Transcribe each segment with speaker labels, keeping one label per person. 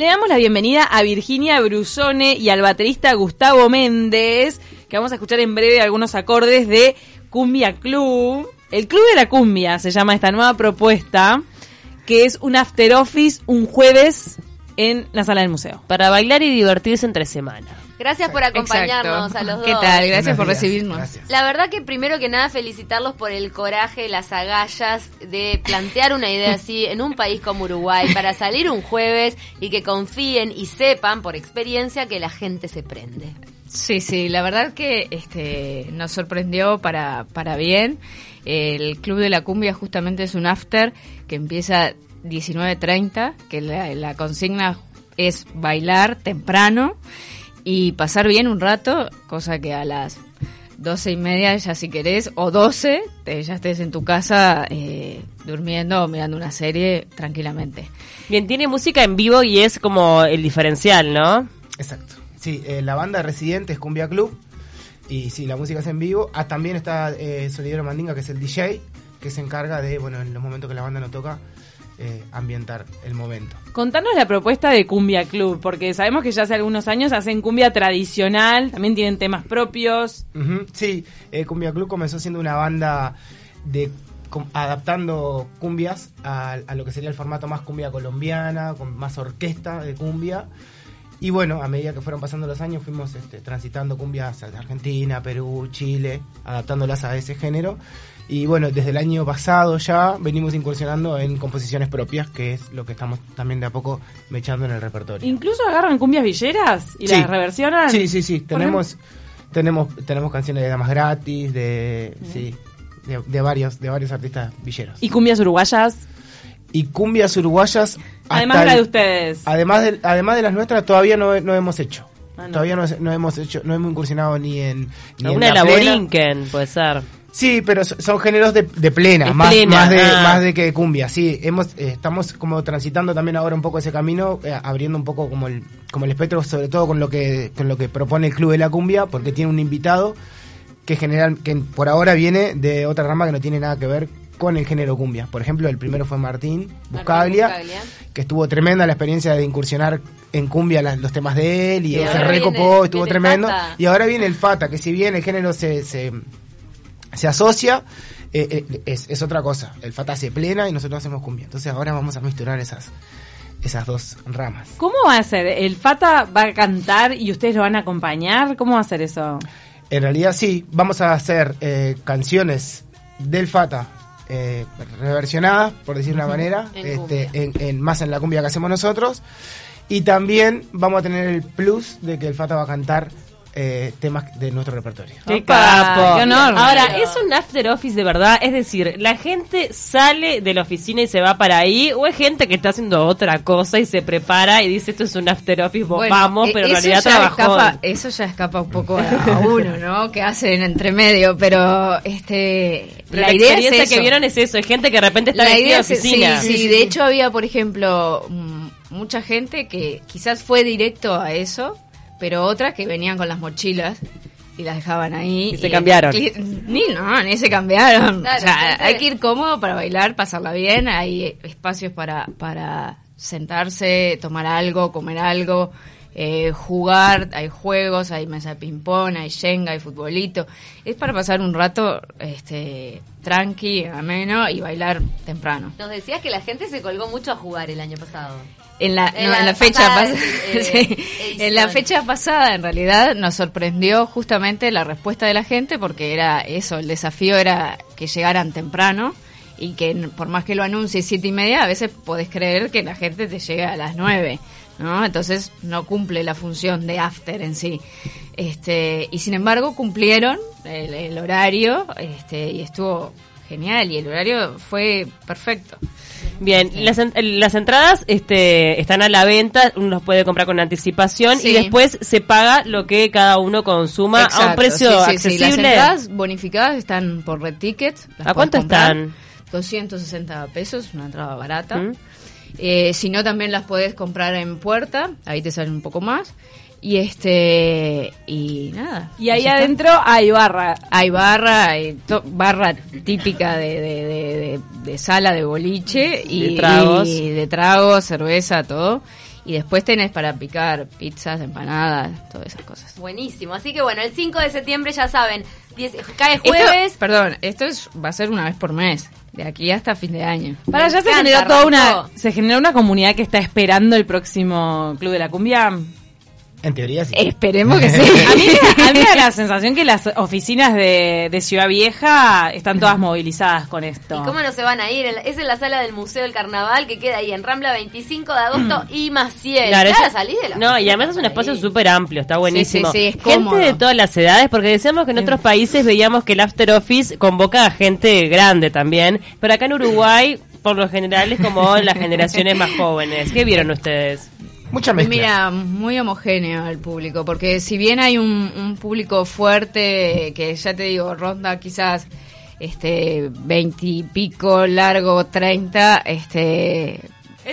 Speaker 1: Le damos la bienvenida a Virginia Brusone y al baterista Gustavo Méndez, que vamos a escuchar en breve algunos acordes de Cumbia Club. El Club de la Cumbia se llama esta nueva propuesta, que es un after office un jueves en la sala del museo.
Speaker 2: Para bailar y divertirse entre semana.
Speaker 3: Gracias por acompañarnos
Speaker 4: Exacto.
Speaker 3: a los
Speaker 4: ¿Qué
Speaker 3: dos.
Speaker 4: tal? Gracias
Speaker 5: Buenos
Speaker 4: por
Speaker 5: días,
Speaker 4: recibirnos.
Speaker 5: gracias.
Speaker 3: La verdad que primero que nada felicitarlos por el coraje, las agallas de plantear una idea así en un país como Uruguay para salir un jueves y que confíen y sepan por experiencia que la gente se prende.
Speaker 4: Sí, sí, la verdad que este nos sorprendió para, para bien. El Club de la Cumbia justamente es un after que empieza 19.30, que la, la consigna es bailar temprano y pasar bien un rato, cosa que a las doce y media ya si querés, o 12, te- ya estés en tu casa eh, durmiendo o mirando una serie tranquilamente.
Speaker 2: Bien, tiene música en vivo y es como el diferencial, ¿no?
Speaker 5: Exacto. Sí, eh, la banda residente es Cumbia Club. Y sí, la música es en vivo. Ah, también está eh, Solidero Mandinga, que es el DJ, que se encarga de, bueno, en los momentos que la banda no toca, eh, ambientar el momento.
Speaker 1: Contanos la propuesta de Cumbia Club, porque sabemos que ya hace algunos años hacen cumbia tradicional, también tienen temas propios.
Speaker 5: Ujú, Sí, eh, Cumbia Club comenzó siendo una banda de com- adaptando cumbias a, a lo que sería el formato más cumbia colombiana, con más orquesta de cumbia. Y bueno, a medida que fueron pasando los años fuimos este, transitando cumbias de Argentina, Perú, Chile, adaptándolas a ese género. Y bueno, desde el año pasado ya venimos incursionando en composiciones propias, que es lo que estamos también de a poco mechando en el repertorio.
Speaker 1: Incluso agarran cumbias villeras y
Speaker 5: Sí.
Speaker 1: las reversionan.
Speaker 5: Sí, sí, sí.
Speaker 1: Por
Speaker 5: Tenemos, tenemos, tenemos canciones de damas gratis, de, sí, de, de varios, de varios artistas villeros.
Speaker 1: Y cumbias uruguayas,
Speaker 5: Y cumbias uruguayas. hasta
Speaker 1: además de la
Speaker 5: el-
Speaker 1: de ustedes.
Speaker 5: Además de, además de las nuestras, todavía no, no hemos hecho.
Speaker 1: Ah, no.
Speaker 5: Todavía no, no hemos hecho, no hemos incursionado ni en. Ni en
Speaker 2: Una
Speaker 5: la plena.
Speaker 2: laborinquen, puede ser.
Speaker 5: Sí, pero so- son géneros de, de plena,
Speaker 2: De
Speaker 5: más,
Speaker 2: plena,
Speaker 5: más de,
Speaker 2: ah.
Speaker 5: más de que de cumbia. Sí, hemos, eh, estamos como transitando también ahora un poco ese camino, eh, abriendo un poco como el, como el espectro, sobre todo con lo que con lo que propone el Club de la Cumbia, porque tiene un invitado que general, que por ahora viene de otra rama que no tiene nada que ver con el género cumbia. Por ejemplo, el primero fue Martín Buscaglia,
Speaker 3: Buscaglia.
Speaker 5: que estuvo tremenda la experiencia de incursionar en cumbia las- los temas de él y
Speaker 3: Y
Speaker 5: se
Speaker 3: ahora
Speaker 5: recopó,
Speaker 3: viene-
Speaker 5: estuvo
Speaker 3: viene
Speaker 5: tremendo.
Speaker 3: Fata.
Speaker 5: Y ahora viene el Fata, que si bien el género se- se se asocia, eh, eh, es, es otra cosa. El fata hace plena y nosotros hacemos cumbia. Entonces ahora vamos a misturar esas, esas dos ramas.
Speaker 1: ¿Cómo va a ser? ¿El Fata va a cantar y ustedes lo van a acompañar? ¿Cómo va a ser eso?
Speaker 5: En realidad sí, vamos a hacer eh, canciones del fata. eh, reversionadas, por decir de una manera,
Speaker 3: En
Speaker 5: este,
Speaker 3: cumbia.
Speaker 5: en- en- más en la cumbia que hacemos nosotros. Y también vamos a tener el plus de que el Fata va a cantar eh, temas de nuestro repertorio.
Speaker 1: ¡Qué
Speaker 2: Opa,
Speaker 1: capo!
Speaker 2: ¡Qué
Speaker 1: honor!
Speaker 2: Ahora, es un after office de verdad, es decir, la gente sale de la oficina y se va para ahí, o es gente que está haciendo otra cosa y se prepara y dice esto es un after office, vos
Speaker 4: Bueno,
Speaker 2: vamos,
Speaker 4: eh,
Speaker 2: pero en
Speaker 4: eso
Speaker 2: realidad
Speaker 4: ya
Speaker 2: trabajó.
Speaker 4: escapa- eso ya escapa un poco a, a uno, ¿no? Que hacen entre medio, pero este
Speaker 2: Pero
Speaker 4: la,
Speaker 2: la,
Speaker 4: idea
Speaker 2: experiencia
Speaker 4: es eso.
Speaker 2: que vieron es eso, es gente que de repente está
Speaker 4: la
Speaker 2: vestida
Speaker 4: idea
Speaker 2: de
Speaker 4: es, sí,
Speaker 2: oficina.
Speaker 4: sí, de hecho había, por ejemplo, mm, mucha gente que quizás fue directo a eso, pero otras que venían con las mochilas y las dejaban ahí
Speaker 2: Y se cambiaron.
Speaker 4: cli- Ni no, ni se cambiaron.
Speaker 3: Claro,
Speaker 4: o sea,
Speaker 3: entonces-
Speaker 4: hay que ir cómodo para bailar, pasarla bien, hay espacios para para sentarse, tomar algo, comer algo. eh, jugar, hay juegos, hay mesa de ping-pong, hay yenga, hay futbolito. Es para pasar un rato este, tranqui, ameno y bailar temprano.
Speaker 3: Nos decías que la gente se colgó mucho a jugar el año pasado.
Speaker 4: En la,
Speaker 3: En
Speaker 4: no,
Speaker 3: la
Speaker 4: en la fecha
Speaker 3: pasada,
Speaker 4: pasada,
Speaker 3: eh, edición.
Speaker 4: en la fecha pasada, en realidad, nos sorprendió justamente la respuesta de la gente porque era eso, el desafío era que llegaran temprano y que n- por más que lo anuncie siete y media, a veces podés creer que la gente te llega a las nueve, ¿no? Entonces no cumple la función de after en sí. Este, y sin embargo cumplieron el, el horario este, y estuvo genial y el horario fue perfecto.
Speaker 2: Bien, las, en- eh, las entradas este, están a la venta, uno los puede comprar con anticipación
Speaker 4: Sí.
Speaker 2: y después se paga lo que cada uno consuma a un
Speaker 4: Exacto,
Speaker 2: precio
Speaker 4: sí, sí, sí.
Speaker 2: accesible.
Speaker 4: Las entradas bonificadas están por Red Ticket. las
Speaker 2: ¿A
Speaker 4: podés
Speaker 2: cuánto
Speaker 4: comprar.
Speaker 2: están?
Speaker 4: 260 pesos, una entrada barata.
Speaker 2: ¿Mm?
Speaker 4: Eh, si no, también las podés comprar en puerta, ahí te salen un poco más. Y este y nada.
Speaker 1: Y ahí
Speaker 4: ya está.
Speaker 1: adentro hay barra.
Speaker 4: Hay barra, hay to- barra típica de, de- de- de- de sala de boliche y
Speaker 2: De tragos.
Speaker 4: y de tragos, cerveza, todo. Y después tenés para picar pizzas, empanadas, todas esas cosas.
Speaker 3: Buenísimo. Así que bueno, el 5 de septiembre ya saben, 10 cae
Speaker 4: Esto-
Speaker 3: jueves.
Speaker 4: perdón, esto es, va a ser una vez por mes, de aquí hasta fin de año.
Speaker 1: Para allá se
Speaker 3: encanta,
Speaker 1: generó toda una,
Speaker 3: arrancó.
Speaker 1: se generó una comunidad que está esperando el próximo Club de la Cumbia.
Speaker 5: En teoría sí.
Speaker 4: Esperemos que sí.
Speaker 1: A mí, me da- a mí me da la sensación que las oficinas de, de Ciudad Vieja están todas movilizadas con esto.
Speaker 3: ¿Y cómo no se van a ir? El- Es en la sala del Museo del Carnaval que queda ahí en Rambla 25 de agosto
Speaker 4: Mm.
Speaker 3: y más 100.
Speaker 2: Claro,
Speaker 3: Claro,
Speaker 2: eso-
Speaker 3: salí de la
Speaker 2: No, y además es un espacio súper amplio, está buenísimo.
Speaker 4: Sí, sí, sí, es
Speaker 2: gente
Speaker 4: cómodo.
Speaker 2: de todas las edades, porque decíamos que en otros países veíamos que el After Office convoca a gente grande también, pero acá en Uruguay, por lo general, es como las generaciones más jóvenes. ¿Qué vieron ustedes?
Speaker 5: Mucha
Speaker 4: Pues
Speaker 5: mezcla.
Speaker 4: Mira, muy homogéneo el público, porque si bien hay un, un público fuerte que ya te digo, ronda quizás este 20 y pico, largo 30, este
Speaker 2: Ese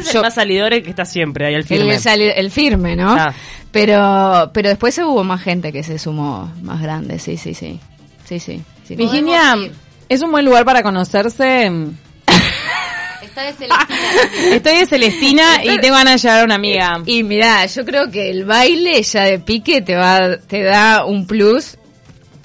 Speaker 2: es
Speaker 4: yo-
Speaker 2: el más salidor el que está siempre ahí al firme.
Speaker 4: el, sali- el firme, ¿no?
Speaker 2: Ah.
Speaker 4: Pero pero después hubo más gente que se sumó más grande, sí, sí, sí. Sí, sí. sí.
Speaker 1: Virginia,
Speaker 3: Podemos ir.
Speaker 1: es un buen lugar para conocerse.
Speaker 3: Está de Celestina.
Speaker 1: Estoy de Celestina y tengo ganas de llevar a una amiga.
Speaker 4: Y mirá, yo creo que el baile ya de pique te va te da un plus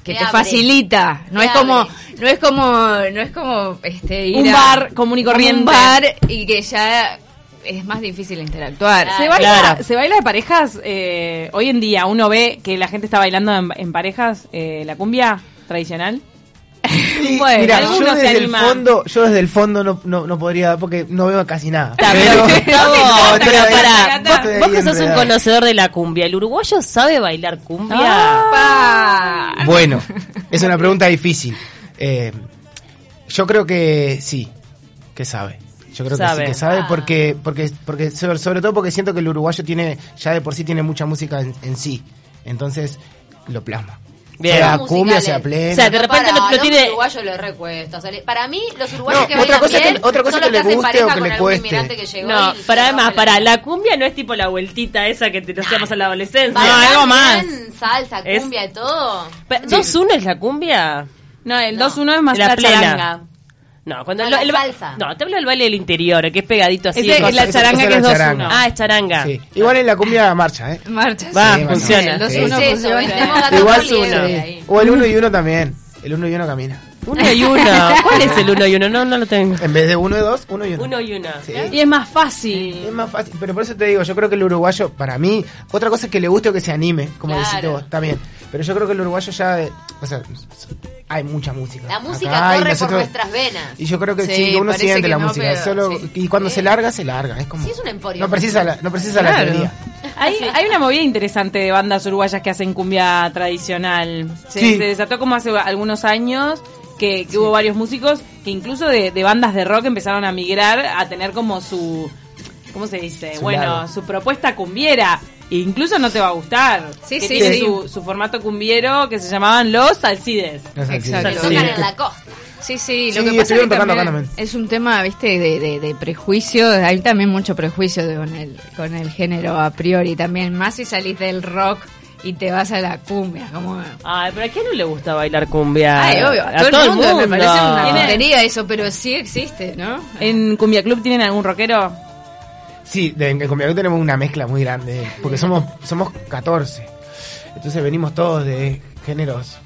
Speaker 4: que
Speaker 3: Te
Speaker 4: te,
Speaker 3: abre.
Speaker 4: facilita. No
Speaker 3: Te
Speaker 4: es como
Speaker 3: abre.
Speaker 4: no es como no es como este ir
Speaker 1: Un
Speaker 4: a-
Speaker 1: bar común y corriente.
Speaker 4: Un bar y que ya es más difícil interactuar.
Speaker 3: Claro.
Speaker 1: ¿Se baila,
Speaker 2: Claro.
Speaker 1: se baila de parejas? eh, hoy en día uno ve que la gente está bailando en, en parejas eh, la cumbia tradicional.
Speaker 5: Sí,
Speaker 1: Bueno,
Speaker 5: mira, yo
Speaker 1: algunos se
Speaker 5: desde el
Speaker 1: animan.
Speaker 5: fondo, yo desde el fondo no, no, no podría, porque no veo casi nada.
Speaker 2: Está, pero, Gustavo,
Speaker 5: No,
Speaker 2: pero
Speaker 5: estoy ahí-
Speaker 2: pará,
Speaker 5: estoy
Speaker 2: vos,
Speaker 5: ahí
Speaker 2: vos que sos un
Speaker 5: enredado.
Speaker 2: conocedor de la cumbia, ¿el uruguayo sabe bailar cumbia?
Speaker 4: Ah. Pa.
Speaker 2: Ah,
Speaker 5: Bueno, es una pregunta difícil. Eh, yo creo que sí, que sabe. Yo creo
Speaker 2: Sabe. Ah.
Speaker 5: que sí que sabe porque, porque, porque sobre, sobre todo porque siento que el uruguayo tiene, ya de por sí tiene mucha música en, en sí. Entonces, lo plasma.
Speaker 2: Bien.
Speaker 5: Sea
Speaker 3: Musicales.
Speaker 5: cumbia, sea plena.
Speaker 2: O sea, de repente
Speaker 3: Para,
Speaker 2: no- no
Speaker 3: a los
Speaker 2: tiene-
Speaker 3: uruguayos les recuesta. o sea, le- para mí, los uruguayos
Speaker 5: No,
Speaker 3: que
Speaker 5: otra
Speaker 3: bailan
Speaker 5: cosa
Speaker 3: bien
Speaker 5: que- otra cosa
Speaker 3: son los
Speaker 5: que le
Speaker 3: hacen
Speaker 5: guste
Speaker 3: pareja
Speaker 5: o que
Speaker 3: con
Speaker 5: le
Speaker 3: algún
Speaker 5: cueste.
Speaker 3: inmigrante que llegó
Speaker 2: No,
Speaker 3: y se
Speaker 2: para
Speaker 3: rompe
Speaker 2: además,
Speaker 3: la-
Speaker 2: para la cumbia no es tipo la vueltita esa que te hacíamos a la adolescencia.
Speaker 3: Bailar
Speaker 1: No, algo más.
Speaker 3: bien, Salsa,
Speaker 2: Es-
Speaker 3: cumbia y todo.
Speaker 2: Pe- ¿Dos uno es la cumbia?
Speaker 1: No, el
Speaker 3: No.
Speaker 1: 2-1 es más
Speaker 2: La
Speaker 1: la,
Speaker 2: plena.
Speaker 1: charanga.
Speaker 2: No, cuando
Speaker 3: No,
Speaker 2: lo-
Speaker 3: la
Speaker 2: el ba-
Speaker 3: salsa.
Speaker 2: No, te hablo del baile del interior, que es pegadito así.
Speaker 1: Ese es
Speaker 2: cosa-
Speaker 1: la
Speaker 5: esa-
Speaker 1: charanga
Speaker 5: esa
Speaker 1: que
Speaker 5: es
Speaker 1: es
Speaker 5: la
Speaker 1: 2-1.
Speaker 5: charanga.
Speaker 2: Ah, es charanga.
Speaker 5: Sí. Igual en la cumbia marcha, ¿eh?
Speaker 1: Ah,
Speaker 4: Marcha.
Speaker 2: Va,
Speaker 5: Sí, bueno.
Speaker 2: funciona.
Speaker 4: El dos
Speaker 5: Sí.
Speaker 4: uno
Speaker 3: Es eso,
Speaker 4: funciona.
Speaker 3: tenemos
Speaker 2: Ah,
Speaker 3: ganas
Speaker 5: Igual
Speaker 3: Otro
Speaker 5: sí.
Speaker 3: liebre ahí.
Speaker 5: O el uno y uno también. El uno y uno camina.
Speaker 2: Uno y uno. ¿Cuál es el uno y uno? No, no lo tengo.
Speaker 5: En vez de uno y dos, uno y uno.
Speaker 2: Uno y uno.
Speaker 5: Sí.
Speaker 1: Y es más fácil.
Speaker 5: Es más fácil, pero por eso te digo, yo creo que el uruguayo, para mí, otra cosa es que le guste o que se anime, como
Speaker 3: Claro.
Speaker 5: decís vos, está bien. Pero yo creo que el uruguayo ya, eh, o sea, hay mucha música.
Speaker 3: La música
Speaker 5: Acá hay,
Speaker 3: corre por
Speaker 5: nosotros-
Speaker 3: nuestras venas.
Speaker 5: Y yo creo que sí,
Speaker 4: Sí,
Speaker 5: que uno
Speaker 4: parece
Speaker 5: siente
Speaker 4: que
Speaker 5: la
Speaker 4: no,
Speaker 5: música.
Speaker 4: pero
Speaker 5: solo,
Speaker 4: sí.
Speaker 5: Y cuando se larga, se larga. Es como,
Speaker 3: Eh, Sí, es un emporio.
Speaker 5: No precisa la, no precisa la
Speaker 4: Claro.
Speaker 5: teoría.
Speaker 1: Hay, hay una movida interesante de bandas uruguayas que hacen cumbia tradicional. Se,
Speaker 5: Sí.
Speaker 1: se desató como hace algunos años que, que hubo varios músicos que incluso de, de bandas de rock empezaron a migrar a tener como su... ¿Cómo se dice?
Speaker 5: Su
Speaker 1: bueno,
Speaker 5: lado.
Speaker 1: su propuesta cumbiera. E incluso no te va a gustar.
Speaker 4: Sí,
Speaker 1: que
Speaker 4: sí,
Speaker 1: tiene
Speaker 4: sí.
Speaker 1: Su, su formato cumbiero que se llamaban Los Salcides.
Speaker 5: No sé,
Speaker 4: Exacto.
Speaker 5: sí,
Speaker 3: Que
Speaker 5: sí.
Speaker 3: tocan en la costa.
Speaker 4: Sí, sí, lo
Speaker 5: Sí,
Speaker 4: que pasa es que
Speaker 5: estuvieron tocando acá
Speaker 4: también
Speaker 5: también.
Speaker 4: es un tema, viste, de, de, de prejuicio, hay también mucho prejuicio de- con el, con el género a priori también, más si salís del rock y te vas a la cumbia, como...
Speaker 2: Ay, pero ¿a quién no le gusta bailar cumbia?
Speaker 4: Ay, obvio, a, todo, el mundo, me parece una
Speaker 1: Tiene-
Speaker 4: tontería eso, pero sí existe, ¿no?
Speaker 1: ¿En Cumbia Club tienen algún rockero?
Speaker 5: Sí, de- en Comiaco tenemos una mezcla muy grande, porque somos, somos 14. Entonces venimos todos de géneros.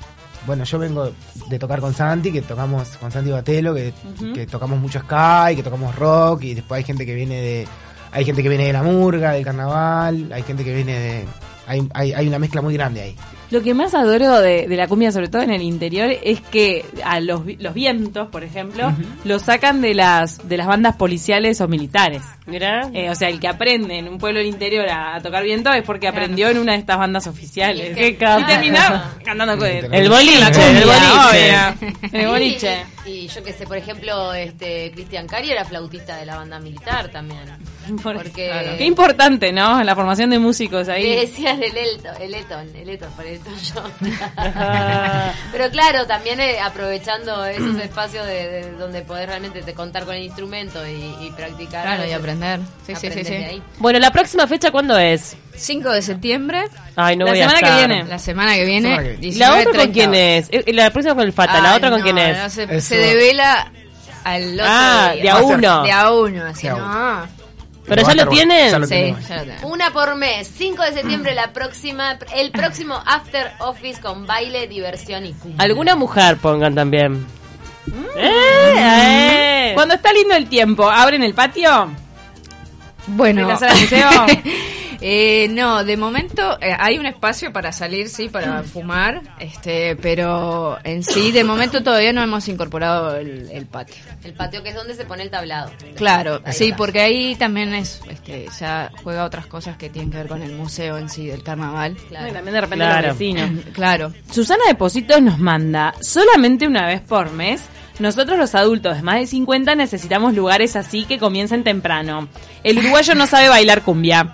Speaker 5: Bueno, yo vengo de tocar con Santi, que tocamos con Santi Batelo, que, que tocamos mucho Sky, que tocamos rock, y después hay gente que viene de. Hay gente que viene de la murga, del carnaval, hay gente que viene de. Hay, hay, hay una mezcla muy grande ahí.
Speaker 1: Lo que más adoro de, de la cumbia, sobre todo en el interior, es que a los, vi- los vientos, por ejemplo, los sacan de las, de las bandas policiales o militares.
Speaker 2: Mirá.
Speaker 1: Eh, o sea, el que aprende en un pueblo del interior a, a tocar viento es porque aprendió en una de estas bandas oficiales.
Speaker 2: Qué
Speaker 1: Y
Speaker 2: capo.
Speaker 1: terminaba cantando con él.
Speaker 2: El boliche, el boliche.
Speaker 1: En el boliche.
Speaker 3: Y, y yo que sé, por ejemplo, este Cristian Cari era flautista de la banda militar también. Porque-
Speaker 1: Qué importante, ¿no? La formación de músicos ahí.
Speaker 3: Le decían el Elton, el Elton, el Elton, para el Elton John.
Speaker 2: Ah.
Speaker 3: Pero claro, también eh, aprovechando esos espacios de, de donde podés realmente te contar con el instrumento y, y practicar.
Speaker 4: Claro, y
Speaker 3: Entonces,
Speaker 4: aprender. Sí, sí, sí,
Speaker 3: aprendés de
Speaker 4: sí.
Speaker 3: ahí.
Speaker 2: Bueno, ¿la próxima fecha cuándo es?
Speaker 4: 5 de septiembre,
Speaker 2: Ay, no
Speaker 1: La
Speaker 2: voy a
Speaker 1: semana que
Speaker 2: estar.
Speaker 1: viene.
Speaker 4: la semana que viene.
Speaker 5: semana que viene.
Speaker 2: ¿La otra con
Speaker 4: 19.30.
Speaker 2: quién es? Eh, La próxima con el Fata, ¿la
Speaker 4: Ay,
Speaker 2: otra con
Speaker 4: no,
Speaker 2: quién es?
Speaker 4: no se,
Speaker 5: Eso.
Speaker 4: se devela al otro
Speaker 2: Ah,
Speaker 4: día.
Speaker 2: de a
Speaker 5: Va a ser-
Speaker 2: uno.
Speaker 4: De a uno, así
Speaker 5: De a
Speaker 4: no.
Speaker 2: ¿Pero
Speaker 5: va
Speaker 2: ya
Speaker 5: a
Speaker 2: lo
Speaker 5: estar bueno.
Speaker 2: tienen?
Speaker 5: Ya lo
Speaker 4: Sí,
Speaker 5: tenemos.
Speaker 4: ya lo tenemos.
Speaker 3: Una por mes, 5 de septiembre la próxima, el próximo After Office con baile, diversión y cumbia.
Speaker 2: Alguna mujer pongan también. ¡Eh! ¡Eh!
Speaker 1: Cuando está lindo el tiempo, ¿abren el patio? ¿En
Speaker 4: Bueno,
Speaker 1: la sala de museo?
Speaker 4: eh, no, de momento eh, hay un espacio para salir, sí, para fumar, este, pero en sí, de momento todavía no hemos incorporado el, el patio.
Speaker 3: El patio que es donde se pone el tablado.
Speaker 4: Claro,
Speaker 3: Ahí
Speaker 4: sí,
Speaker 3: está.
Speaker 4: porque ahí también es, este, ya juega otras cosas que tienen que ver con el museo en sí, del carnaval.
Speaker 1: Ay,
Speaker 3: Claro.
Speaker 1: también de repente
Speaker 2: Claro.
Speaker 1: los vecinos.
Speaker 4: Claro.
Speaker 1: Susana Depositos nos manda, solamente una vez por mes, nosotros los adultos de más de 50 necesitamos lugares así que comiencen temprano. El uruguayo no sabe bailar cumbia.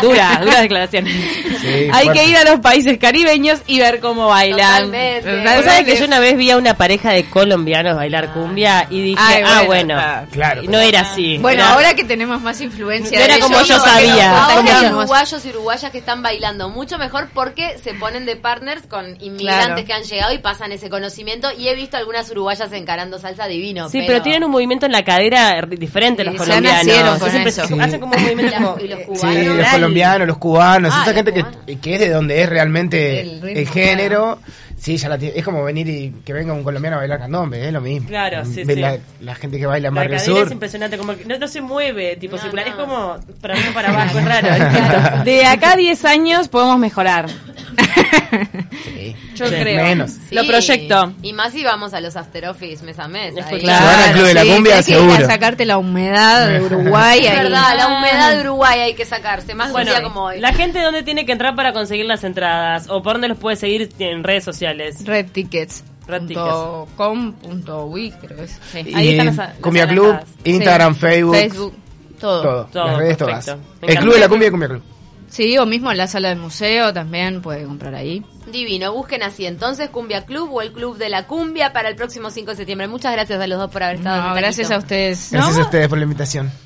Speaker 1: Dura, dura declaración.
Speaker 5: Sí,
Speaker 1: Hay
Speaker 5: fuerte.
Speaker 1: que ir a los países caribeños y ver cómo bailan.
Speaker 3: Totalmente.
Speaker 2: ¿Vos sabés que yo una vez vi a una pareja de colombianos bailar cumbia y dije,
Speaker 4: Ay,
Speaker 2: ah, bueno.
Speaker 4: bueno, ah,
Speaker 5: claro,
Speaker 2: no
Speaker 5: pero-
Speaker 2: era así.
Speaker 4: Bueno,
Speaker 2: Era-
Speaker 4: ahora que tenemos más influencia.
Speaker 2: No era
Speaker 4: de
Speaker 2: como
Speaker 4: ellos,
Speaker 2: yo
Speaker 4: porque nos
Speaker 2: sabía.
Speaker 4: gusta,
Speaker 2: Como
Speaker 3: Ahora hay
Speaker 4: digamos.
Speaker 3: uruguayos y uruguayas que están bailando mucho mejor porque se ponen de partners con inmigrantes
Speaker 4: Claro.
Speaker 3: que han llegado y pasan ese conocimiento. Y he visto algunas uruguayas encarando salsa divino.
Speaker 2: Sí, pero, tienen un movimiento en la cadera diferente los
Speaker 4: Y ya
Speaker 2: colombianos.
Speaker 4: nacieron con
Speaker 2: Siempre
Speaker 4: eso.
Speaker 2: se- Hacen como un movimiento como- eh,
Speaker 3: Y los- y los
Speaker 5: Sí,
Speaker 3: cubanos.
Speaker 5: los colombianos, los cubanos,
Speaker 3: Ah,
Speaker 5: esa
Speaker 3: los
Speaker 5: gente que,
Speaker 3: cubanos.
Speaker 5: que es de donde es realmente
Speaker 4: El
Speaker 5: el,
Speaker 4: ritmo,
Speaker 5: género. Sí, ya la tiene- es como venir y que venga un colombiano a bailar candombe, es lo mismo. Mm,
Speaker 2: Claro, sí,
Speaker 5: Ve
Speaker 2: sí.
Speaker 5: La, la gente que baila en
Speaker 2: La cadera
Speaker 5: Barrio Sur.
Speaker 2: es impresionante, como que no, no se mueve, tipo
Speaker 3: No,
Speaker 2: circular,
Speaker 3: no.
Speaker 2: es como para arriba para abajo, es raro.
Speaker 1: Claro, De acá a 10 años podemos mejorar.
Speaker 5: Sí.
Speaker 1: Yo
Speaker 5: Sí,
Speaker 1: creo.
Speaker 5: Menos.
Speaker 3: Sí.
Speaker 1: Lo proyecto.
Speaker 3: Y más si vamos a los after office mes a mes. ahí.
Speaker 5: Se van al Club de la Cumbia,
Speaker 4: tenés que ir a
Speaker 5: seguro.
Speaker 4: sacarte la humedad de Uruguay.
Speaker 3: Es
Speaker 4: ahí.
Speaker 3: verdad, la humedad de Uruguay hay que sacarse. Más un día como
Speaker 2: Ah. Bueno,
Speaker 3: hoy.
Speaker 2: la gente dónde tiene que entrar para conseguir las entradas o por dónde los puede seguir en redes sociales.
Speaker 4: Redtickets.
Speaker 2: Redtickets.
Speaker 4: punto com punto uy, creo que es. Sí.
Speaker 2: Ahí
Speaker 5: Y
Speaker 2: están las- las
Speaker 5: Cumbia
Speaker 2: entradas.
Speaker 5: Club, Instagram,
Speaker 4: Sí.
Speaker 5: Facebook,
Speaker 4: Facebook, todo.
Speaker 5: todo.
Speaker 2: Todo,
Speaker 5: las redes
Speaker 2: perfecto. Me
Speaker 5: todas. El
Speaker 2: encanta.
Speaker 5: Club de la Cumbia y Cumbia Club.
Speaker 4: Sí, o mismo en la sala del museo también puede comprar ahí.
Speaker 3: Divino, busquen así entonces Cumbia Club o el Club de la Cumbia para el próximo 5 de septiembre. Muchas gracias a los dos por haber estado. en
Speaker 4: No,
Speaker 3: el
Speaker 4: gracias
Speaker 3: taquito.
Speaker 4: a ustedes.
Speaker 5: Gracias a ustedes por la invitación.